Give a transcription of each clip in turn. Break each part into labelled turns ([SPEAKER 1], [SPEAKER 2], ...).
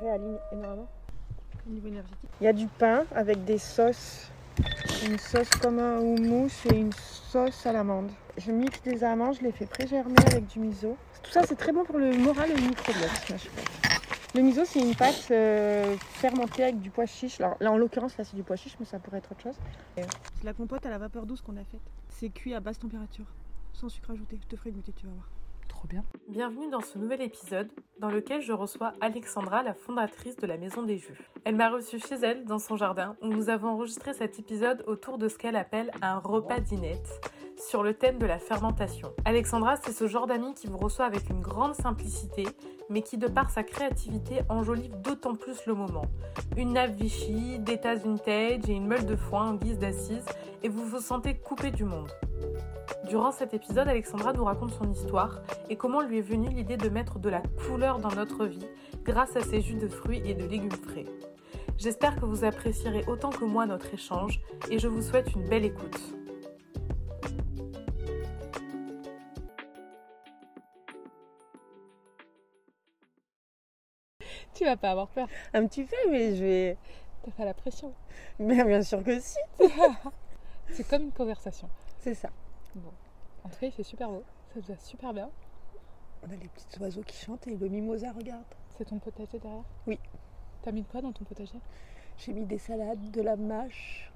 [SPEAKER 1] réaligne énormément.
[SPEAKER 2] au niveau énergétique.
[SPEAKER 1] Il y a du pain avec des sauces. Une sauce comme un houmous et une sauce à l'amande. Je mixe des amandes, je les fais pré-germer avec du miso. Tout ça, c'est très bon pour le moral et le microbiote. là, je pense. Le miso, c'est une pâte euh, fermentée avec du pois chiche. Alors, là, en l'occurrence, là, c'est du pois chiche, mais ça pourrait être autre chose. euh,
[SPEAKER 2] C'est la compote à la vapeur douce qu'on a faite. C'est cuit à basse température, sans sucre ajouté. Je te ferai goûter, tu vas voir.
[SPEAKER 3] Trop bien.
[SPEAKER 4] Bienvenue dans ce nouvel épisode dans lequel je reçois Alexandra, la fondatrice de la Maison des Jus. Elle m'a reçue chez elle, dans son jardin, où nous avons enregistré cet épisode autour de ce qu'elle appelle un repas dinette sur le thème de la fermentation. Alexandra, c'est ce genre d'amie qui vous reçoit avec une grande simplicité, mais qui, de par sa créativité, enjolive d'autant plus le moment. Une nappe Vichy, des tasses vintage et une meule de foin en guise d'assises, et vous vous sentez coupé du monde. Durant cet épisode, Alexandra nous raconte son histoire et comment lui est venue l'idée de mettre de la couleur dans notre vie grâce à ses jus de fruits et de légumes frais. J'espère que vous apprécierez autant que moi notre échange et je vous souhaite une belle écoute.
[SPEAKER 3] Tu vas pas avoir peur.
[SPEAKER 1] Un petit peu, mais je vais.
[SPEAKER 3] T'as pas la pression.
[SPEAKER 1] Mais bien sûr que si,
[SPEAKER 3] C'est comme une conversation.
[SPEAKER 1] c'est ça.
[SPEAKER 3] En tout cas, il fait super beau. Ça te va super bien.
[SPEAKER 1] On a les petits oiseaux qui chantent et le mimosa regarde.
[SPEAKER 3] C'est ton potager derrière
[SPEAKER 1] Oui.
[SPEAKER 3] T'as mis de quoi dans ton potager
[SPEAKER 1] J'ai mis des salades, de la mâche,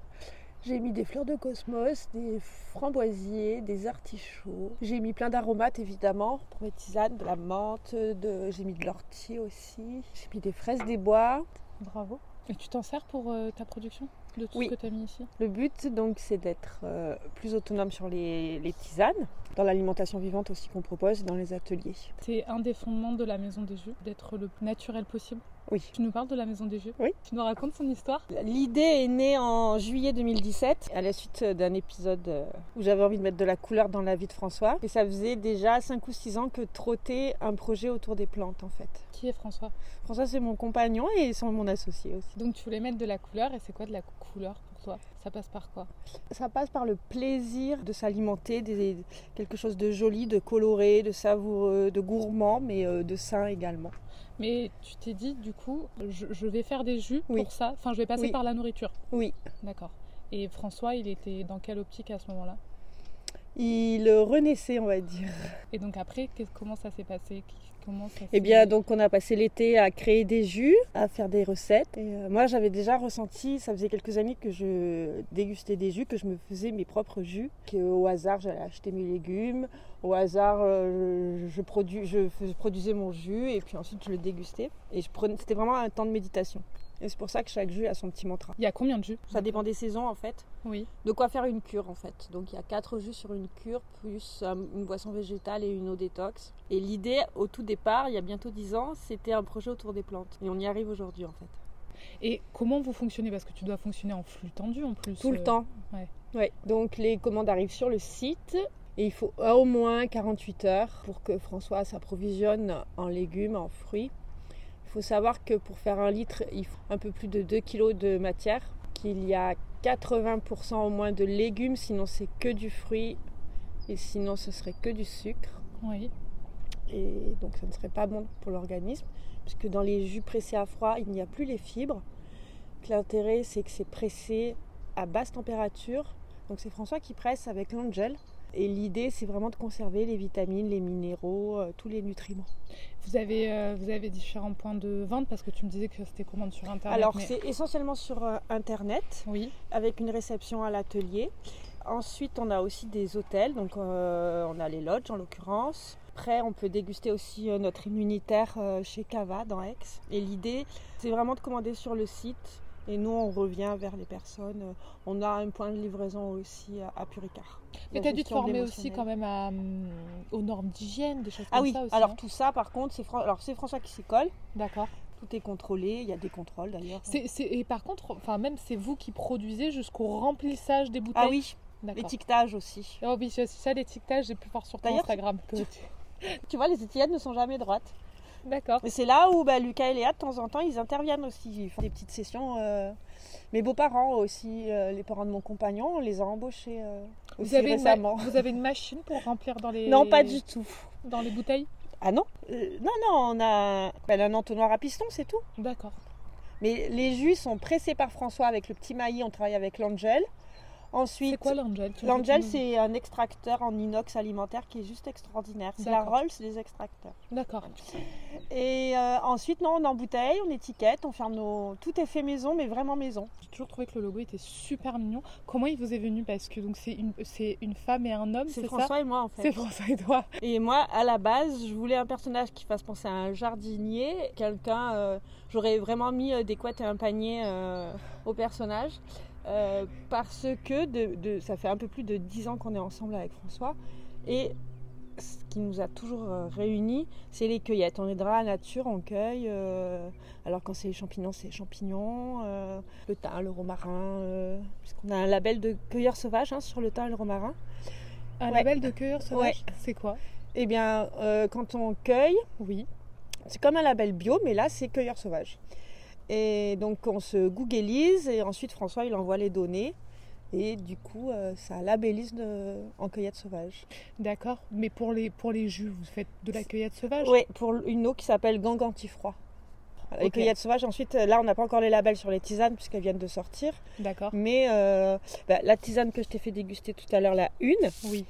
[SPEAKER 1] j'ai mis des fleurs de cosmos, des framboisiers, des artichauts. J'ai mis plein d'aromates évidemment pour mes tisanes, de la menthe, de... j'ai mis de l'ortie aussi. J'ai mis des fraises des bois.
[SPEAKER 3] Bravo. Et tu t'en sers pour euh, ta production de tout
[SPEAKER 1] Oui.
[SPEAKER 3] ce que t'as mis ici
[SPEAKER 1] Le but donc c'est d'être euh, plus autonome sur les, les tisanes, dans l'alimentation vivante aussi qu'on propose dans les ateliers.
[SPEAKER 3] C'est un des fondements de la maison des jus, d'être le plus naturel possible.
[SPEAKER 1] Oui.
[SPEAKER 3] Tu nous parles de la maison des jus
[SPEAKER 1] Oui.
[SPEAKER 3] Tu nous racontes son histoire
[SPEAKER 1] L'idée est née en juillet 2017 à la suite d'un épisode euh, où j'avais envie de mettre de la couleur dans la vie de François. Et ça faisait déjà 5 ou 6 ans que trottait un projet autour des plantes en fait.
[SPEAKER 3] Qui est François
[SPEAKER 1] François c'est mon compagnon et ils sont mon associé aussi.
[SPEAKER 3] Donc tu voulais mettre de la couleur et c'est quoi de la couleur pour toi Ça passe par quoi
[SPEAKER 1] Ça passe par le plaisir de s'alimenter, des, quelque chose de joli, de coloré, de savoureux, de gourmand mais euh, de sain également.
[SPEAKER 3] Mais tu t'es dit du coup, je, je vais faire des jus
[SPEAKER 1] Oui.
[SPEAKER 3] pour ça. Enfin, je vais passer
[SPEAKER 1] Oui.
[SPEAKER 3] par la nourriture.
[SPEAKER 1] Oui.
[SPEAKER 3] D'accord. Et François, il était dans quelle optique à ce moment-là
[SPEAKER 1] Il renaissait on va dire.
[SPEAKER 3] Et donc après, qu'est- comment ça s'est passé Qui- Comment ça
[SPEAKER 1] Eh
[SPEAKER 3] s'est-
[SPEAKER 1] bien, donc on a passé l'été à créer des jus, à faire des recettes. Et euh, moi, j'avais déjà ressenti, ça faisait quelques années que je dégustais des jus, que je me faisais mes propres jus, qu'au hasard, j'allais acheter mes légumes, au hasard, euh, je, produ- je fais- produisais mon jus, et puis ensuite, je le dégustais. Et je prenais- c'était vraiment un temps de méditation. Et c'est pour ça que chaque jus a son petit mantra.
[SPEAKER 3] il y a combien de jus
[SPEAKER 1] Ça dépend des saisons, en fait.
[SPEAKER 3] Oui.
[SPEAKER 1] De quoi faire une cure en fait. Donc il y a quatre jus sur une cure, plus euh, une boisson végétale et une eau détox. Et l'idée au tout départ, il y a bientôt 10 ans, c'était un projet autour des plantes. Et on y arrive aujourd'hui en fait.
[SPEAKER 3] Et comment vous fonctionnez Parce que tu dois fonctionner en flux tendu en plus.
[SPEAKER 1] Tout le
[SPEAKER 3] euh,
[SPEAKER 1] temps.
[SPEAKER 3] ouais.
[SPEAKER 1] Ouais. Donc les commandes arrivent sur le site. Et il faut au moins 48 heures pour que François s'approvisionne en légumes, en fruits. Il faut savoir que pour faire un litre, il faut un peu plus de 2 kg de matière, qu'il y a 80% au moins de légumes, sinon c'est que du fruit et sinon ce serait que du sucre.
[SPEAKER 3] Oui.
[SPEAKER 1] Et donc ça ne serait pas bon pour l'organisme, puisque dans les jus pressés à froid, il n'y a plus les fibres. Que L'intérêt, c'est que c'est pressé à basse température. Donc c'est François qui presse avec l'angel. Et l'idée, c'est vraiment de conserver les vitamines, les minéraux, euh, tous les nutriments.
[SPEAKER 3] Vous avez, euh, vous avez différents points de vente parce que tu me disais que c'était commande sur internet.
[SPEAKER 1] Alors
[SPEAKER 3] mais-
[SPEAKER 1] c'est essentiellement sur euh, Internet.
[SPEAKER 3] Oui.
[SPEAKER 1] avec une réception à l'atelier. Ensuite, on a aussi des hôtels, donc euh, on a les lodges en l'occurrence. Après, on peut déguster aussi euh, notre immunitaire euh, chez Cava dans Aix. Et l'idée, c'est vraiment de commander sur le site. Et nous, on revient vers les personnes. Euh, On a un point de livraison aussi à, à Puricard.
[SPEAKER 3] Mais
[SPEAKER 1] La
[SPEAKER 3] t'as dû te
[SPEAKER 1] gestion de
[SPEAKER 3] former aussi
[SPEAKER 1] l'émotionnel.
[SPEAKER 3] quand même à, hum, aux normes d'hygiène, des choses comme
[SPEAKER 1] Ah oui,
[SPEAKER 3] ça aussi.
[SPEAKER 1] alors
[SPEAKER 3] hein.
[SPEAKER 1] tout ça, par contre, c'est Fran- alors, c'est François qui s'y colle.
[SPEAKER 3] D'accord.
[SPEAKER 1] Tout est contrôlé, il y a des contrôles d'ailleurs.
[SPEAKER 3] C'est- c'est- Et par contre, enfin même c'est vous qui produisez jusqu'au remplissage des bouteilles.
[SPEAKER 1] Ah oui,
[SPEAKER 3] D'accord.
[SPEAKER 1] l'étiquetage aussi.
[SPEAKER 3] Oh oui, c'est ça l'étiquetage, j'ai pu voir sur ton
[SPEAKER 1] D'ailleurs,
[SPEAKER 3] Instagram. que tu-
[SPEAKER 1] Tu vois, les étiquettes ne sont jamais droites.
[SPEAKER 3] D'accord.
[SPEAKER 1] Et c'est là où bah, Lucas et Léa, de temps en temps, ils interviennent aussi. Ils font des petites sessions. euh, Mes beaux-parents aussi, euh, les parents de mon compagnon, on les a embauchés euh, aussi
[SPEAKER 3] Vous avez, une ma-
[SPEAKER 1] récemment.
[SPEAKER 3] vous avez une machine pour remplir dans les
[SPEAKER 1] Non, pas du tout.
[SPEAKER 3] dans les bouteilles
[SPEAKER 1] Ah non Euh, Non, non, on a ben, un entonnoir à piston, c'est tout.
[SPEAKER 3] D'accord.
[SPEAKER 1] Mais les jus sont pressés par François avec le petit maillis, on travaille avec l'Angel. Ensuite,
[SPEAKER 3] C'est quoi l'Angel Tu
[SPEAKER 1] l'Angel,
[SPEAKER 3] nous-
[SPEAKER 1] c'est un extracteur en inox alimentaire qui est juste extraordinaire. C'est la
[SPEAKER 3] D'accord.
[SPEAKER 1] Rolls des extracteurs.
[SPEAKER 3] D'accord.
[SPEAKER 1] Et euh, ensuite, non, on embouteille, on étiquette, on ferme nos. Tout est fait maison, mais vraiment maison.
[SPEAKER 3] J'ai toujours trouvé que le logo était super mignon. Comment il vous est venu Parce que donc c'est une, c'est une femme et un homme,
[SPEAKER 1] C'est
[SPEAKER 3] c'est ça
[SPEAKER 1] François et moi en fait.
[SPEAKER 3] C'est François et toi.
[SPEAKER 1] Et moi, à la base, je voulais un personnage qui fasse penser à un jardinier, quelqu'un. euh, J'aurais vraiment mis euh, des couettes et un panier euh, au personnage. euh, parce que de, de- ça fait un peu plus de 10 ans qu'on est ensemble avec François. Et ce qui nous a toujours euh, réunis, c'est les cueillettes. On est dans la nature, on cueille. euh, alors quand c'est les champignons, c'est les champignons. euh, le thym, le romarin. euh, puisqu'on a un label de cueilleur sauvage hein, sur le thym et le romarin.
[SPEAKER 3] Un
[SPEAKER 1] Ouais.
[SPEAKER 3] label de cueilleur sauvage, c'est quoi
[SPEAKER 1] Eh bien, euh, quand on cueille,
[SPEAKER 3] Oui.
[SPEAKER 1] c'est comme un label bio, mais là, c'est cueilleur sauvage. Et donc, on se googlise et ensuite, François, il envoie les données. Et du coup, euh, ça labellise de- en cueillette sauvage.
[SPEAKER 3] D'accord. Mais pour les, pour les jus, vous faites de la cueillette sauvage
[SPEAKER 1] Oui, pour une eau qui s'appelle gangue antifroid. Voilà, Les
[SPEAKER 3] Ok.
[SPEAKER 1] cueillettes sauvages, ensuite, euh, là, on n'a pas encore les labels sur les tisanes puisqu'elles viennent de sortir.
[SPEAKER 3] D'accord.
[SPEAKER 1] Mais euh, bah, la tisane que je t'ai fait déguster tout à l'heure, la une,
[SPEAKER 3] Oui.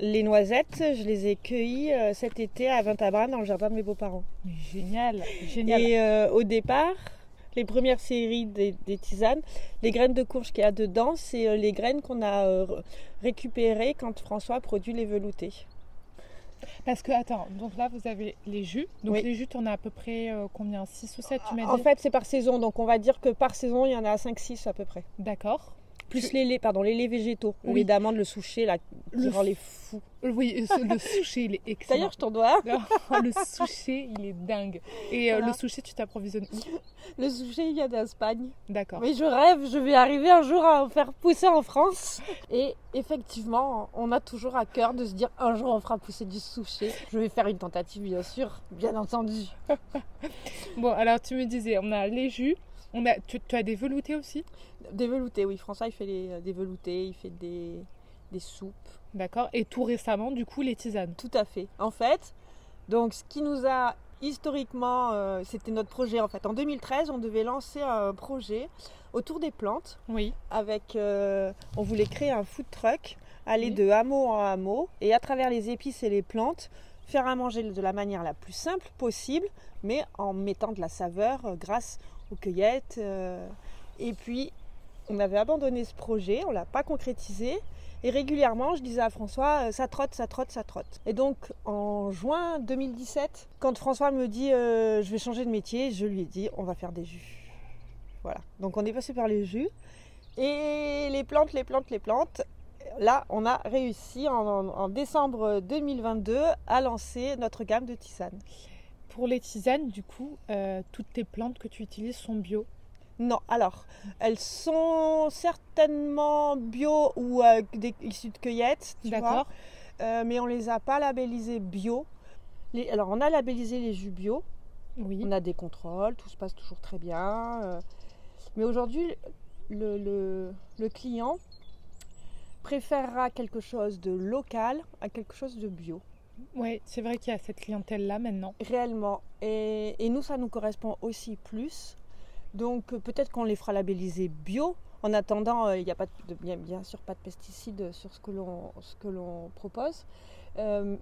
[SPEAKER 1] les noisettes, je les ai cueillies euh, cet été à Vintabran dans le jardin de mes beaux-parents.
[SPEAKER 3] Mais Génial, génial.
[SPEAKER 1] Et euh, au départ, les premières séries des, des tisanes, les graines de courge qu'il y a dedans, c'est euh, les graines qu'on a euh, re- récupérées quand François produit les veloutés.
[SPEAKER 3] Parce que, attends, donc là, vous avez les jus. Donc
[SPEAKER 1] Oui.
[SPEAKER 3] les jus, t'en as à peu près euh, combien 6 ou 7, tu m'as
[SPEAKER 1] En
[SPEAKER 3] dit
[SPEAKER 1] fait, c'est par saison, donc on va dire que par saison, il y en a 5-6 à peu près.
[SPEAKER 3] D'accord.
[SPEAKER 1] Plus les laits, pardon, les laits végétaux, le
[SPEAKER 3] Oui.
[SPEAKER 1] lait d'amande, le souchet, là, qui
[SPEAKER 3] Le
[SPEAKER 1] rend les fous.
[SPEAKER 3] Euh, Oui, ce- le souché, il est excellent.
[SPEAKER 1] D'ailleurs, je t'en dois. un.
[SPEAKER 3] le souché, il est dingue. Et euh,
[SPEAKER 1] Voilà.
[SPEAKER 3] le souché, tu t'approvisionnes où
[SPEAKER 1] Le souchet, il vient d'Espagne.
[SPEAKER 3] D'accord.
[SPEAKER 1] Mais je rêve, je vais arriver un jour à en faire pousser en France. Et effectivement, on a toujours à cœur de se dire un jour on fera pousser du souchet. Je vais faire une tentative, bien sûr, bien entendu.
[SPEAKER 3] Bon, alors tu me disais, on a les jus. On a, tu, tu as des veloutés aussi
[SPEAKER 1] Des veloutés, oui, François il fait les- euh, des veloutés, il fait des, des soupes.
[SPEAKER 3] D'accord. Et tout récemment, du coup, les tisanes.
[SPEAKER 1] Tout à fait. En fait, donc ce qui nous a historiquement, euh, c'était notre projet en fait. En 2013, on devait lancer un projet autour des plantes.
[SPEAKER 3] Oui.
[SPEAKER 1] avec euh, on voulait créer un food truck, aller
[SPEAKER 3] Oui.
[SPEAKER 1] de hameau en hameau et à travers les épices et les plantes, faire à manger de la manière la plus simple possible, mais en mettant de la saveur euh, grâce aux cueillettes. euh. et puis on avait abandonné ce projet, on l'a pas concrétisé. Et régulièrement, je disais à François, euh, ça trotte, ça trotte, ça trotte. Et donc, en juin 2017, quand François me dit, euh, je vais changer de métier, je lui ai dit, on va faire des jus. Voilà. Donc, on est passé par les jus. Et les plantes, les plantes, les plantes. Là, on a réussi en, en- en décembre 2022 à lancer notre gamme de tisanes.
[SPEAKER 3] Pour les tisanes, du coup, euh, toutes tes plantes que tu utilises sont bio.
[SPEAKER 1] Non, alors, elles sont certainement bio ou euh, des- issues de cueillettes, tu vois.
[SPEAKER 3] D'accord.
[SPEAKER 1] Euh, mais on les a pas labellisées bio. Les- alors, on a labellisé les jus bio,
[SPEAKER 3] Oui.
[SPEAKER 1] on a des contrôles, tout se passe toujours très bien. euh. mais aujourd'hui, le, le- le client préférera quelque chose de local à quelque chose de bio.
[SPEAKER 3] Ouais, c'est vrai qu'il y a cette clientèle-là maintenant.
[SPEAKER 1] Réellement. Et, et nous, ça nous correspond aussi plus. Donc euh, peut-être qu'on les fera labelliser bio. En attendant, euh, il n'y a pas de, bien, bien sûr pas de pesticides sur ce que l'on, ce que l'on propose. Euh,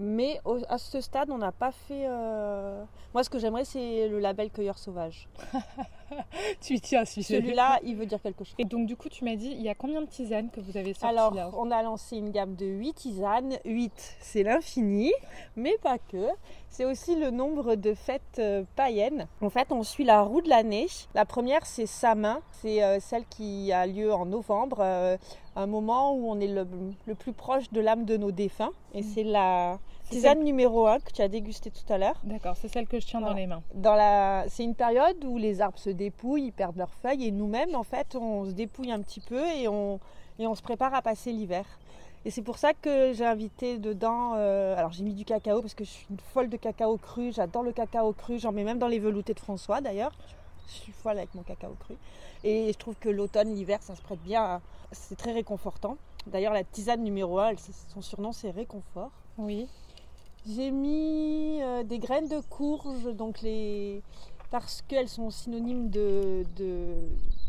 [SPEAKER 1] mais au- à ce stade, on n'a pas fait... euh, Moi, ce que j'aimerais, c'est le label cueilleur sauvage.
[SPEAKER 3] tu tiens, si
[SPEAKER 1] Celui-là, il veut dire quelque chose.
[SPEAKER 3] Et donc, du coup, tu m'as dit, il y a combien de tisanes que vous avez sorties
[SPEAKER 1] Alors, oh,
[SPEAKER 3] là
[SPEAKER 1] on a lancé une gamme de 8 tisanes. 8, c'est l'infini, mais pas que. C'est aussi le nombre de fêtes euh, païennes. En fait, on suit la roue de l'année. La première, c'est Samin. C'est euh, celle qui a lieu en novembre, euh, un moment où on est le, le plus proche de l'âme de nos défunts. Et
[SPEAKER 3] Mm.
[SPEAKER 1] c'est la
[SPEAKER 3] C'est
[SPEAKER 1] tisane numéro 1 que tu as dégustée tout à l'heure.
[SPEAKER 3] celle- D'accord, c'est celle que je tiens dans
[SPEAKER 1] Voilà.
[SPEAKER 3] les mains.
[SPEAKER 1] Dans la... C'est une période où les arbres se dépouillent, ils perdent leurs feuilles et nous-mêmes, en fait, on se dépouille un petit peu et on, et on se prépare à passer l'hiver. Et c'est pour ça que j'ai invité dedans, euh, alors j'ai mis du cacao parce que je suis une folle de cacao cru, j'adore le cacao cru, j'en mets même dans les veloutés de François d'ailleurs. Je suis folle avec mon cacao cru. Et je trouve que l'automne, l'hiver, ça se prête bien, à- c'est très réconfortant. D'ailleurs, la tisane numéro 1, son surnom c'est réconfort.
[SPEAKER 3] Oui.
[SPEAKER 1] J'ai mis euh, des graines de courge, donc les... parce qu'elles sont synonymes de, de,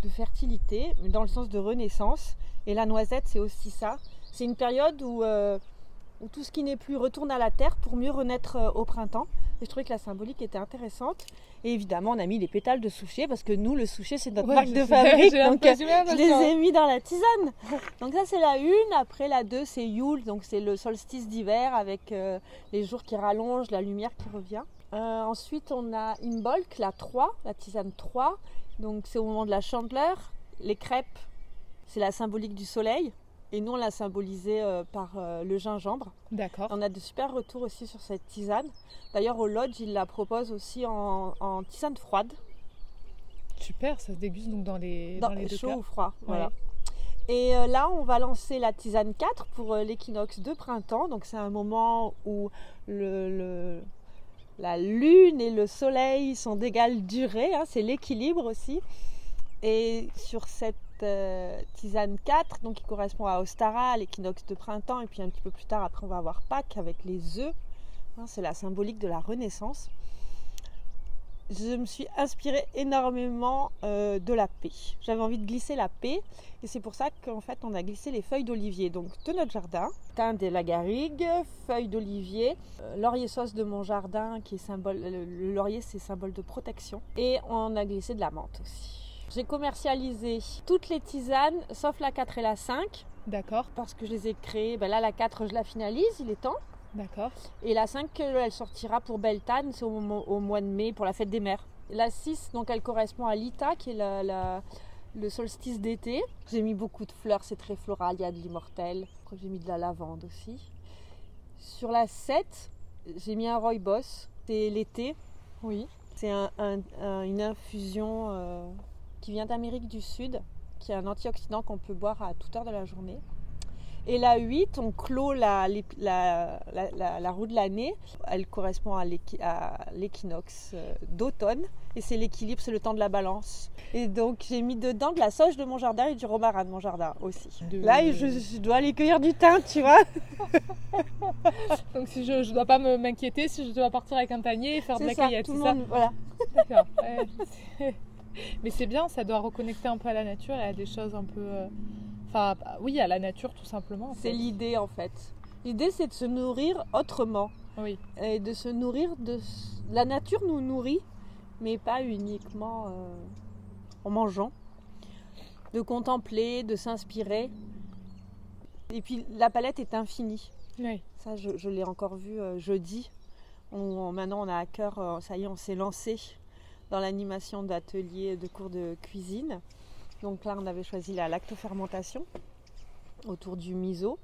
[SPEAKER 1] de fertilité, mais dans le sens de renaissance. Et la noisette, c'est aussi ça. C'est une période où, euh, où tout ce qui n'est plus retourne à la terre pour mieux renaître euh, au printemps. Et je trouvais que la symbolique était intéressante. Et évidemment, on a mis les pétales de souchet parce que nous, le souchet, c'est notre
[SPEAKER 3] Ouais,
[SPEAKER 1] marque
[SPEAKER 3] je
[SPEAKER 1] de
[SPEAKER 3] sais,
[SPEAKER 1] fabrique.
[SPEAKER 3] j'ai un
[SPEAKER 1] donc,
[SPEAKER 3] peu
[SPEAKER 1] euh,
[SPEAKER 3] du mal à
[SPEAKER 1] je
[SPEAKER 3] ça.
[SPEAKER 1] les ai mis dans la tisane. Donc ça c'est la une. Après la deux c'est Yule, donc c'est le solstice d'hiver avec euh, les jours qui rallongent, la lumière qui revient. Euh, ensuite on a Imbolc, la 3, la tisane 3. Donc c'est au moment de la chandeleur. Les crêpes, c'est la symbolique du soleil. Et nous on l'a symbolisé euh, par euh, le gingembre.
[SPEAKER 3] D'accord.
[SPEAKER 1] On a de super retours aussi sur cette tisane. D'ailleurs au lodge ils la proposent aussi en, en tisane froide.
[SPEAKER 3] Super, ça se déguste donc dans les,
[SPEAKER 1] dans,
[SPEAKER 3] dans les deux
[SPEAKER 1] chaud
[SPEAKER 3] cas.
[SPEAKER 1] ou froid. Voilà. Et euh, là, on va lancer la tisane 4 pour euh, l'équinoxe de printemps. Donc, c'est un moment où le, le- la lune et le soleil sont d'égale durée. hein, c'est l'équilibre aussi. Et sur cette euh, tisane 4, donc qui correspond à Ostara, à l'équinoxe de printemps, et puis un petit peu plus tard, après, on va avoir Pâques avec les œufs. Hein, c'est la symbolique de la Renaissance je me suis inspirée énormément euh, de la paix. J'avais envie de glisser la paix et c'est pour ça qu'en fait on a glissé les feuilles d'olivier. Donc de notre jardin, thym de la garrigue, feuilles d'olivier, euh, laurier sauce de mon jardin qui est symbole, le, le laurier c'est symbole de protection et on a glissé de la menthe aussi. J'ai commercialisé toutes les tisanes sauf la 4 et la 5
[SPEAKER 3] D'accord,
[SPEAKER 1] parce que je les ai créées. Ben là la 4 je la finalise, il est temps.
[SPEAKER 3] d'accord.
[SPEAKER 1] Et la 5, euh, elle sortira pour Beltane, c'est au, moment- au mois de mai, pour la fête des mères. La 6, donc elle correspond à l'Ita, qui est la- la- le solstice d'été. J'ai mis beaucoup de fleurs, c'est très floral, il y a de l'immortel. Après, J'ai mis de la lavande aussi. Sur la 7, j'ai mis un rooibos, c'est l'été. Oui. C'est un- un- un- une infusion euh, qui vient d'Amérique du Sud, qui est un antioxydant qu'on peut boire à toute heure de la journée. Et la 8, on clôt la, l'ép- la, la- la- la roue de l'année. Elle correspond à l'équi- à l'équinoxe euh, d'automne. Et c'est l'équilibre, c'est le temps de la balance. Et donc j'ai mis dedans de la sauge de mon jardin et du romarin de mon jardin aussi.
[SPEAKER 3] De-
[SPEAKER 1] Là, je, je dois aller cueillir du thym, tu vois.
[SPEAKER 3] Donc si je ne dois pas me- m'inquiéter, si je dois partir avec un panier et faire de la cueillette,
[SPEAKER 1] tout le
[SPEAKER 3] c'est ça
[SPEAKER 1] monde- voilà.
[SPEAKER 3] D'accord. Ouais, c'est- Mais c'est bien, ça doit reconnecter un peu à la nature et à des choses un peu... euh, Enfin, bah, oui, à la nature tout simplement. en
[SPEAKER 1] C'est
[SPEAKER 3] fait.
[SPEAKER 1] l'idée en fait. L'idée, c'est de se nourrir autrement.
[SPEAKER 3] Oui.
[SPEAKER 1] Et de se nourrir de. s- La nature nous nourrit, mais pas uniquement euh, en mangeant. De contempler, de s'inspirer. Et puis la palette est infinie.
[SPEAKER 3] Oui.
[SPEAKER 1] Ça, je, je l'ai encore vu euh, jeudi. On- maintenant, on a à cœur, euh, ça y est, on s'est lancé dans l'animation d'ateliers, de cours de cuisine. Donc là, on avait choisi la lactofermentation autour du miso.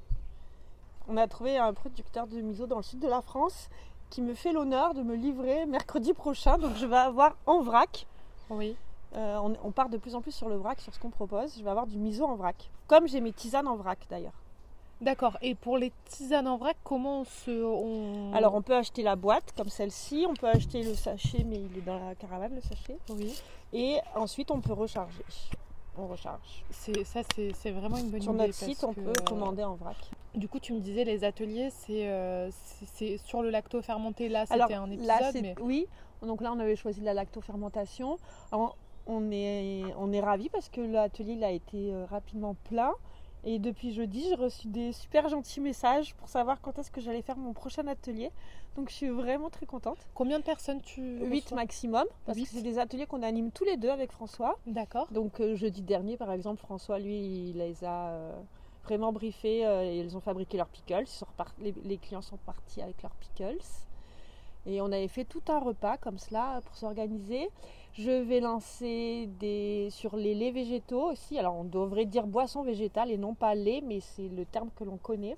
[SPEAKER 1] On a trouvé un producteur de miso dans le sud de la France qui me fait l'honneur de me livrer mercredi prochain. Donc je vais avoir en vrac.
[SPEAKER 3] Oui.
[SPEAKER 1] Euh, on, on part de plus en plus sur le vrac, sur ce qu'on propose. Je vais avoir du miso en vrac. Comme j'ai mes tisanes en vrac d'ailleurs.
[SPEAKER 3] D'accord. Et pour les tisanes en vrac, comment on se... on-
[SPEAKER 1] Alors on peut acheter la boîte comme celle-ci, on peut acheter le sachet, mais il est dans la caravane le sachet.
[SPEAKER 3] Oui.
[SPEAKER 1] Et ensuite on peut recharger. On recharge.
[SPEAKER 3] C'est- Ça, c'est c'est vraiment une bonne
[SPEAKER 1] Sur
[SPEAKER 3] idée.
[SPEAKER 1] notre site,
[SPEAKER 3] parce
[SPEAKER 1] on
[SPEAKER 3] que,
[SPEAKER 1] peut
[SPEAKER 3] euh,
[SPEAKER 1] commander en vrac.
[SPEAKER 3] Du coup, tu me disais les ateliers, c'est euh, c'est- c'est sur le lacto fermenté. Là,
[SPEAKER 1] Alors,
[SPEAKER 3] c'était un épisode,
[SPEAKER 1] là, c'est-
[SPEAKER 3] mais
[SPEAKER 1] oui. Donc là, on avait choisi la lactofermentation. Alors, on est, on est ravis parce que l'atelier il a été euh, rapidement plein. Et depuis jeudi, j'ai reçu des super gentils messages pour savoir quand est-ce que j'allais faire mon prochain atelier. Donc je suis vraiment très contente.
[SPEAKER 3] combien de personnes tu
[SPEAKER 1] 8
[SPEAKER 3] reçois
[SPEAKER 1] maximum, parce
[SPEAKER 3] Huit.
[SPEAKER 1] que c'est des ateliers qu'on anime tous les deux avec François.
[SPEAKER 3] D'accord.
[SPEAKER 1] Donc euh, jeudi dernier, par exemple, François, lui, il les a euh, vraiment briefés euh, et ils ont fabriqué leurs pickles. Ils sont repart- les, les clients sont partis avec leurs pickles. Et on avait fait tout un repas comme cela pour s'organiser. Je vais lancer des sur les laits végétaux aussi. Alors on devrait dire boisson végétale et non pas lait, mais c'est le terme que l'on connaît,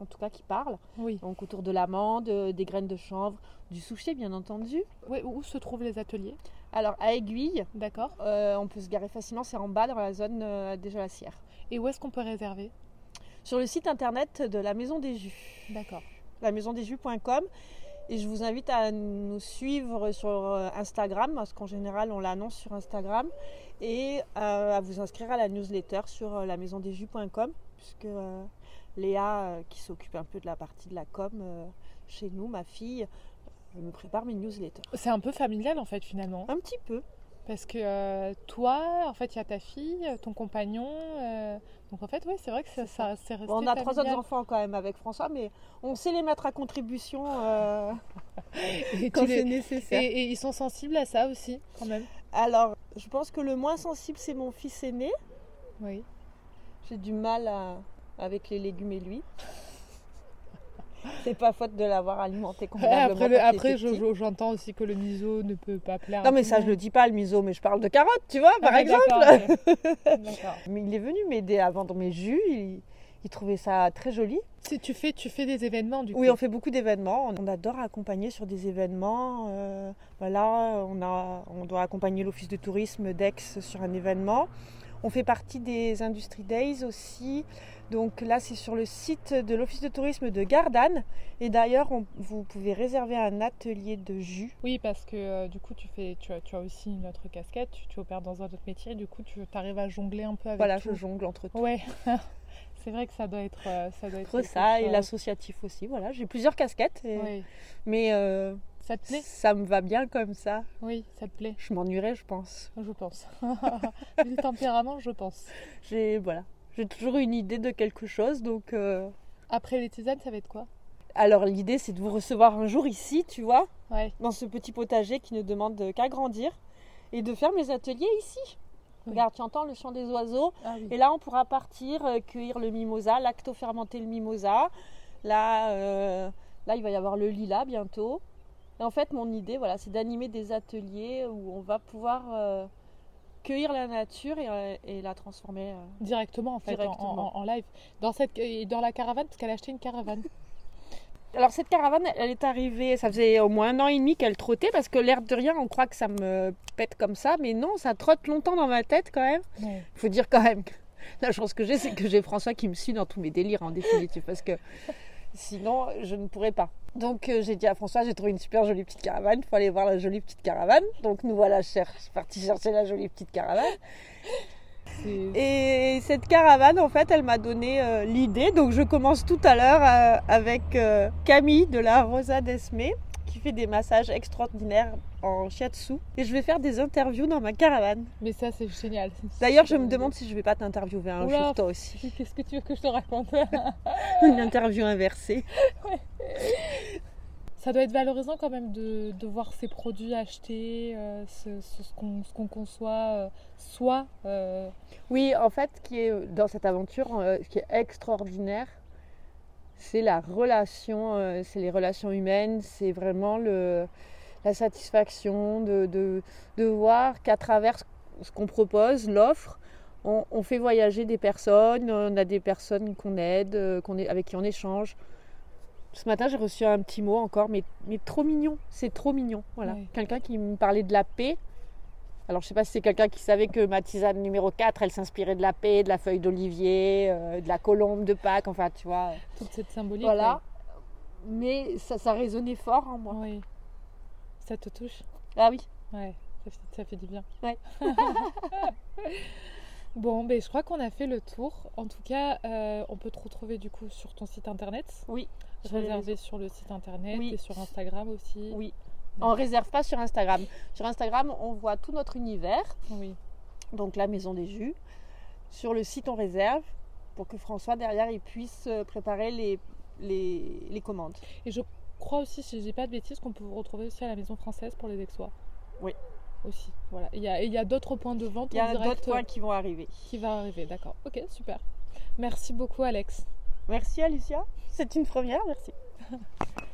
[SPEAKER 1] en tout cas qui parle.
[SPEAKER 3] Oui.
[SPEAKER 1] Donc autour de l'amande, euh, des graines de chanvre, du souchet bien entendu.
[SPEAKER 3] Ouais, où se trouvent les ateliers
[SPEAKER 1] Alors à aiguille,
[SPEAKER 3] D'accord.
[SPEAKER 1] euh, on peut se garer facilement, c'est en bas dans la zone euh, déjà la Sierre.
[SPEAKER 3] Et où est-ce qu'on peut réserver
[SPEAKER 1] sur le site internet de la Maison des Jus,
[SPEAKER 3] D'accord.
[SPEAKER 1] lamaisondesjus.com. Et je vous invite à nous suivre sur euh, Instagram, parce qu'en général, on l'annonce sur Instagram, et euh, à vous inscrire à la newsletter sur euh, lamaisondesjus.com, puisque euh, Léa, euh, qui s'occupe un peu de la partie de la com, euh, chez nous, ma fille elle me prépare mes newsletters.
[SPEAKER 3] C'est un peu familial en fait finalement.
[SPEAKER 1] Un petit peu.
[SPEAKER 3] Parce que euh, toi, en fait, il y a ta fille, ton compagnon. euh, donc en fait, oui, c'est vrai que ça, ça c'est resté.
[SPEAKER 1] Bon, on a trois autres
[SPEAKER 3] familial.
[SPEAKER 1] enfants quand même avec François, mais on sait les mettre à contribution euh,
[SPEAKER 3] Et, tu
[SPEAKER 1] quand
[SPEAKER 3] les-
[SPEAKER 1] c'est nécessaire.
[SPEAKER 3] et- et ils sont sensibles à ça aussi, quand même.
[SPEAKER 1] Alors, je pense que le moins sensible, c'est mon fils aîné.
[SPEAKER 3] Oui.
[SPEAKER 1] J'ai du mal à- avec les légumes et lui. C'est pas faute de l'avoir alimenté convenablement.
[SPEAKER 3] après,
[SPEAKER 1] quand il
[SPEAKER 3] le- après
[SPEAKER 1] était
[SPEAKER 3] je-
[SPEAKER 1] petit.
[SPEAKER 3] je- j'entends aussi que le miso ne peut pas plaire. à
[SPEAKER 1] Non mais
[SPEAKER 3] tout
[SPEAKER 1] ça je
[SPEAKER 3] monde.
[SPEAKER 1] le dis pas le miso, mais je parle de carottes, tu vois,
[SPEAKER 3] Ah,
[SPEAKER 1] par exemple.
[SPEAKER 3] d'accord, ok. D'accord.
[SPEAKER 1] Mais il est venu m'aider à vendre mes jus, il, il trouvait ça très joli.
[SPEAKER 3] Si tu fais, tu fais des événements du coup.
[SPEAKER 1] Oui, on fait beaucoup d'événements, on adore accompagner sur des événements. euh, voilà, on, a, on doit accompagner l'office de tourisme d'Aix sur un événement. On fait partie des Industry Days aussi. Donc là, c'est sur le site de l'office de tourisme de Gardanne. Et d'ailleurs, on- vous pouvez réserver un atelier de jus.
[SPEAKER 3] Oui, parce que euh, du coup, tu, fais, tu, as, tu as aussi une autre casquette, tu, tu opères dans un autre métier, du coup, tu arrives à jongler un peu avec.
[SPEAKER 1] Voilà,
[SPEAKER 3] tout.
[SPEAKER 1] je jongle entre tout.
[SPEAKER 3] Ouais, c'est vrai que ça doit être. euh, ça, doit être
[SPEAKER 1] Entre ça et
[SPEAKER 3] quelque chose. euh,
[SPEAKER 1] l'associatif aussi. Voilà, j'ai plusieurs casquettes. et-
[SPEAKER 3] Oui.
[SPEAKER 1] Mais euh,
[SPEAKER 3] Ça te plaît
[SPEAKER 1] ça me va bien comme ça.
[SPEAKER 3] Oui, ça te plaît,
[SPEAKER 1] Je m'ennuierais, je pense.
[SPEAKER 3] je pense. du tempérament, je pense.
[SPEAKER 1] J'ai voilà, j'ai toujours une idée de quelque chose, donc. euh,
[SPEAKER 3] Après les tisanes, ça va être quoi
[SPEAKER 1] Alors l'idée, c'est de vous recevoir un jour ici, tu vois,
[SPEAKER 3] Ouais,
[SPEAKER 1] dans ce petit potager qui ne demande qu'à grandir, et de faire mes ateliers ici.
[SPEAKER 3] Oui.
[SPEAKER 1] Regarde, tu entends le chant des oiseaux,
[SPEAKER 3] ah oui.
[SPEAKER 1] et là on pourra partir euh, cueillir le mimosa, lacto-fermenter le mimosa. Là, euh, là, il va y avoir le lilas bientôt. Et en fait, mon idée, voilà, c'est d'animer des ateliers où on va pouvoir euh, cueillir la nature et, euh, et la transformer. euh,
[SPEAKER 3] Directement en fait, en-
[SPEAKER 1] Directement.
[SPEAKER 3] En, en live. Dans, cette, et dans la caravane, parce qu'elle a acheté une caravane.
[SPEAKER 1] Alors cette caravane, elle est arrivée, ça faisait au moins un an et demi qu'elle trottait parce que l'air de rien, on croit que ça me pète comme ça, mais non, ça trotte longtemps dans ma tête quand même.
[SPEAKER 3] Ouais.
[SPEAKER 1] Faut dire quand même que la chance que j'ai, c'est que j'ai François qui me suit dans tous mes délires en définitive parce que sinon je ne pourrais pas. Donc euh, j'ai dit à François, j'ai trouvé une super jolie petite caravane, faut aller voir la jolie petite caravane. Donc nous voilà cher, partis chercher la jolie petite caravane.
[SPEAKER 3] C'est-
[SPEAKER 1] Et cette caravane, en fait, elle m'a donné euh, l'idée. Donc, je commence tout à l'heure euh, avec euh, Camille de la Rosa d'Esmé, qui fait des massages extraordinaires en shiatsu. Et je vais faire des interviews dans ma caravane.
[SPEAKER 3] Mais ça, c'est génial. C'est une
[SPEAKER 1] D'ailleurs, je
[SPEAKER 3] super
[SPEAKER 1] me
[SPEAKER 3] idée.
[SPEAKER 1] demande si je vais pas t'interviewer un
[SPEAKER 3] Oula.
[SPEAKER 1] jour, toi aussi.
[SPEAKER 3] Qu'est-ce que tu veux que je te raconte
[SPEAKER 1] Une interview inversée.
[SPEAKER 3] Ça doit être valorisant quand même de, de voir ces produits achetés, euh, ce, ce- ce qu'on ce qu'on conçoit, euh, soit. euh,
[SPEAKER 1] Oui, en fait, ce qui est dans cette aventure, euh, ce qui est extraordinaire, c'est la relation, euh, c'est les relations humaines, c'est vraiment le, la satisfaction de, de, de voir qu'à travers ce- ce qu'on propose, l'offre, on, on fait voyager des personnes, on a des personnes qu'on aide, euh, qu'on est, avec qui on échange. Ce matin, j'ai reçu un petit mot encore, mais, mais trop mignon, c'est trop mignon. Voilà.
[SPEAKER 3] Ouais.
[SPEAKER 1] Quelqu'un qui me parlait de la paix. Alors, je sais pas si c'est quelqu'un qui savait que ma tisane numéro 4, elle s'inspirait de la paix, de la feuille d'olivier, euh, de la colombe de Pâques, enfin, tu vois.
[SPEAKER 3] toute cette symbolique.
[SPEAKER 1] Voilà. Mais ça, ça résonnait fort en
[SPEAKER 3] ouais.
[SPEAKER 1] moi.
[SPEAKER 3] Oui. Ça te touche
[SPEAKER 1] Ah oui.
[SPEAKER 3] Ouais, ça, fait- ça fait du bien.
[SPEAKER 1] Ouais.
[SPEAKER 3] bon, ben, je crois qu'on a fait le tour. En tout cas, euh, on peut te retrouver du coup sur ton site internet.
[SPEAKER 1] Oui. Sur les
[SPEAKER 3] Réservé sur le site internet
[SPEAKER 1] Oui.
[SPEAKER 3] et sur Instagram aussi.
[SPEAKER 1] Oui. On réserve pas sur Instagram. Sur Instagram, on voit tout notre univers,
[SPEAKER 3] Oui.
[SPEAKER 1] donc la maison des jus. Sur le site, on réserve pour que François, derrière, il puisse euh, préparer les, les, les commandes.
[SPEAKER 3] Je crois aussi, si je dis pas de bêtises, qu'on peut vous retrouver aussi à la Maison Française pour les Aixois.
[SPEAKER 1] Oui.
[SPEAKER 3] Aussi. Voilà. Il y a, et il y a d'autres points de vente
[SPEAKER 1] Il y a
[SPEAKER 3] en direct euh,
[SPEAKER 1] d'autres points qui vont arriver.
[SPEAKER 3] qui va arriver. D'accord. Ok, super. Merci beaucoup, Alex.
[SPEAKER 1] Merci Alicia. C'est une première, merci.